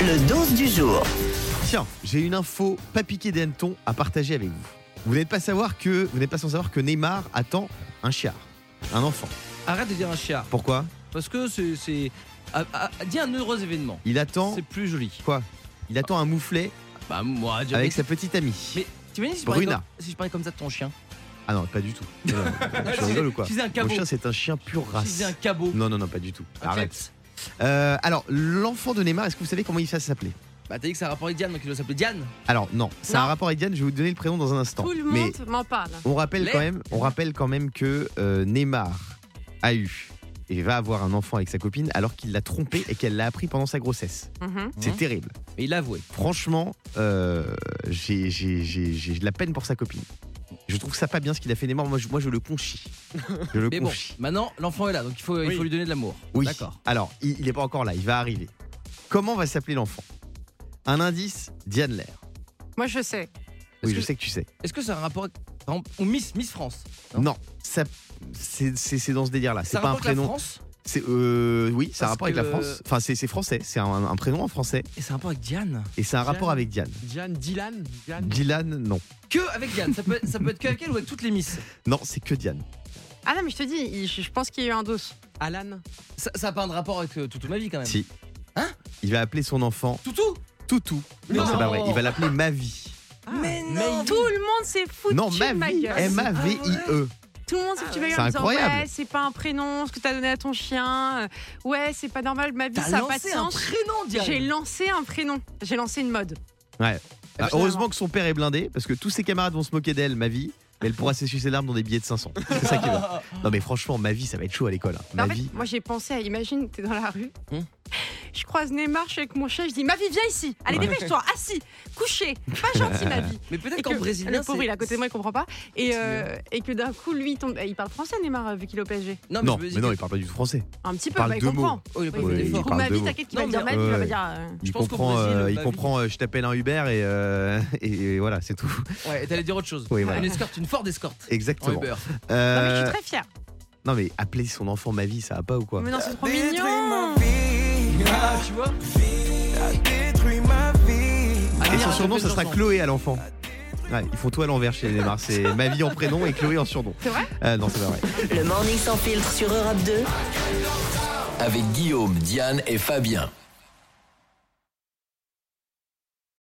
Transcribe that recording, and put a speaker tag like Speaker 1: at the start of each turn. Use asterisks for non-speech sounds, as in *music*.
Speaker 1: Le dose du jour.
Speaker 2: Tiens, j'ai une info pas piquée des hannetons à partager avec vous. Vous n'êtes pas savoir que vous n'êtes pas sans savoir que Neymar attend un chiard, un enfant.
Speaker 3: Arrête de dire un chiard,
Speaker 2: Pourquoi
Speaker 3: parce que c'est- c'est. ah, ah, Dis un heureux événement.
Speaker 2: Il attend
Speaker 3: C'est plus joli.
Speaker 2: quoi Il attend un mouflet
Speaker 3: Bah, moi, j'aurais-
Speaker 2: avec sa petite amie.
Speaker 3: Mais t'imagines si, je parlais
Speaker 2: Bruna.
Speaker 3: comme- si je parlais comme ça de ton chien
Speaker 2: Ah non, pas du tout. Non, non, tu
Speaker 3: Tu
Speaker 2: rigoles
Speaker 3: faisais-
Speaker 2: ou quoi
Speaker 3: tu faisais un
Speaker 2: Bah, Mon
Speaker 3: cabot.
Speaker 2: chien, c'est un chien pure
Speaker 3: Tu
Speaker 2: race.
Speaker 3: faisais un cabot.
Speaker 2: Non, non, non, pas du tout.
Speaker 3: Un
Speaker 2: Arrête.
Speaker 3: kleps.
Speaker 2: Euh, alors, l'enfant de Neymar, est-ce que vous savez comment il va s'appeler
Speaker 3: Bah, t'as dit que ça rapportait Diane, donc il doit s'appeler Diane.
Speaker 2: Alors non, c'est
Speaker 4: Non.
Speaker 2: un rapport avec Diane. Je vais vous donner le prénom dans un instant.
Speaker 4: Tout le
Speaker 2: Mais
Speaker 4: monde m'en parle.
Speaker 2: on rappelle quand
Speaker 3: L'air.
Speaker 2: même, on rappelle quand même que euh, Neymar a eu et va avoir un enfant avec sa copine alors qu'il l'a trompée et qu'elle l'a appris pendant sa grossesse.
Speaker 4: Mhm.
Speaker 2: C'est
Speaker 3: Mhm.
Speaker 2: terrible.
Speaker 3: Et il l'a avoué.
Speaker 2: Franchement, euh, j'ai j'ai- j'ai- j'ai de la peine pour sa copine. Je trouve ça pas bien ce qu'il a fait Neymar. Moi, je, moi, je le conchis. Je le
Speaker 3: *laughs* Mais bon,
Speaker 2: conchis.
Speaker 3: maintenant, l'enfant est là, donc il faut, il faut lui donner de l'amour.
Speaker 2: oui.
Speaker 3: D'accord.
Speaker 2: Alors, il, il est pas encore là. Il va arriver. Comment va s'appeler l'enfant Un indice Diane Lair.
Speaker 4: Moi, je sais.
Speaker 2: Oui,
Speaker 3: que-
Speaker 2: je sais que tu sais.
Speaker 3: Est-ce que ça a un rapport avec. par exemple, on Miss, Miss France
Speaker 2: Non, ça, c'est c'est- c'est dans ce délire-là.
Speaker 3: Ça
Speaker 2: C'est
Speaker 3: a
Speaker 2: pas un
Speaker 3: rapport avec la
Speaker 2: prénom.
Speaker 3: France
Speaker 2: C'est euh, oui, ça
Speaker 3: Parce
Speaker 2: a un rapport avec la
Speaker 3: que-
Speaker 2: France. Enfin, c'est c'est français. C'est un, un prénom en français
Speaker 3: Et c'est un rapport avec Diane
Speaker 2: et c'est un
Speaker 5: Diane.
Speaker 2: rapport avec Diane.
Speaker 5: Diane, Dylan, Diane.
Speaker 2: Dylan, non,
Speaker 3: Que avec Diane Ça peut, ça peut être que avec elle ou avec toutes les Miss
Speaker 2: non, c'est que Diane.
Speaker 4: Ah non, mais je te dis, il- je je pense qu'il y a eu un dos.
Speaker 5: Alan.
Speaker 3: Ça ça a pas un rapport avec euh, Toutou ma vie quand même.
Speaker 2: Si.
Speaker 3: Hein
Speaker 2: Il va appeler son enfant
Speaker 3: Toutou
Speaker 2: Toutou. Non,
Speaker 3: Non.
Speaker 2: c'est pas vrai. Il va l'appeler Ma vie.
Speaker 5: Ah.
Speaker 3: Mais non
Speaker 4: Tout le monde s'est foutu
Speaker 2: non,
Speaker 4: de ma
Speaker 2: Ma vie.
Speaker 4: gueule. Ah
Speaker 2: M A V I E.
Speaker 4: Tout le monde s'est foutu de ma gueule
Speaker 2: C'est
Speaker 4: en disant
Speaker 2: incroyable.
Speaker 4: ouais, c'est pas un prénom, ce que t'as donné à ton chien. Euh, Ouais, c'est pas normal, ma vie,
Speaker 3: T'as
Speaker 4: ça a pas de
Speaker 3: lancé un
Speaker 4: sens.
Speaker 3: prénom, Diane
Speaker 4: J'ai lancé un prénom. J'ai lancé une mode.
Speaker 2: Ah, heureusement que son père est blindé parce que tous ses camarades vont se moquer d'elle, Ma vie. Mais elle pourra s'essuyer ses larmes dans des billets de 500. C'est ça qui va.
Speaker 3: *laughs*
Speaker 2: Non, mais franchement, Ma vie, ça va être chaud à l'école. hein.
Speaker 4: Mais
Speaker 2: Ma
Speaker 4: en fait,
Speaker 2: vie. Hum.
Speaker 4: moi j'ai pensé à imagine, t'es dans la rue.
Speaker 3: Hmm.
Speaker 4: Je croise Neymar, je suis avec mon chat, je dis Ma vie, viens ici. Allez,
Speaker 2: Ouais.
Speaker 4: dépêche-toi, assis, couché. Pas gentil, ma vie.
Speaker 3: Mais peut-être
Speaker 4: Et
Speaker 3: qu'en
Speaker 4: que
Speaker 3: brésilien.
Speaker 4: le pauvre,
Speaker 3: c'est-
Speaker 4: il est à côté de moi, il comprend pas. Et, euh, et que d'un coup, lui, il tombe. Il parle français, Neymar, euh, vu qu'il est au PSG.
Speaker 3: Non, mais
Speaker 2: Non,
Speaker 3: je veux
Speaker 2: mais
Speaker 3: dire-
Speaker 2: non, il parle pas du tout français.
Speaker 4: Un petit peu,
Speaker 2: Parle
Speaker 4: bah, il
Speaker 2: deux
Speaker 4: comprend.
Speaker 2: mots.
Speaker 3: Oh, il a pas
Speaker 2: Oui,
Speaker 3: fait
Speaker 2: il
Speaker 3: d'effort.
Speaker 4: Ou
Speaker 2: parle
Speaker 4: ma
Speaker 2: deux
Speaker 4: vie,
Speaker 2: mots.
Speaker 4: t'inquiète, qu'il va
Speaker 3: Non,
Speaker 4: me
Speaker 3: mais-
Speaker 4: dire ma vie, il va
Speaker 2: Ouais.
Speaker 4: me dire. euh,
Speaker 2: Il
Speaker 3: pense qu'au
Speaker 2: comprend,
Speaker 3: Brésil,
Speaker 2: euh, il
Speaker 3: ma vie.
Speaker 2: comprend euh, je t'appelle un Uber et, euh, *laughs* et voilà, c'est tout.
Speaker 3: Ouais, et t'allais dire autre chose.
Speaker 2: Oui, voilà.
Speaker 3: Une escorte, une Ford escorte. En
Speaker 2: Exactement.
Speaker 3: Uber.
Speaker 2: Euh,
Speaker 4: Non, mais je suis très fière.
Speaker 2: non, mais appeler son enfant ma vie, ça va pas ou quoi
Speaker 4: Mais non, c'est trop
Speaker 6: Détruis ma
Speaker 4: mignon.
Speaker 6: vie,
Speaker 3: Ah, tu vois
Speaker 6: détruis ma vie.
Speaker 2: Et
Speaker 3: Allez,
Speaker 2: son
Speaker 3: raconte
Speaker 2: surnom,
Speaker 3: une
Speaker 2: ça sera
Speaker 3: chanson.
Speaker 2: Chloé à l'enfant. Ouais, ils font tout à l'envers chez les Neymar. C'est ma vie en prénom et Chloé en surnom.
Speaker 4: C'est vrai
Speaker 2: Euh, Non, c'est pas vrai.
Speaker 1: Le morning sans filtre sur Europe 2.
Speaker 7: Avec Guillaume, Diane et Fabien.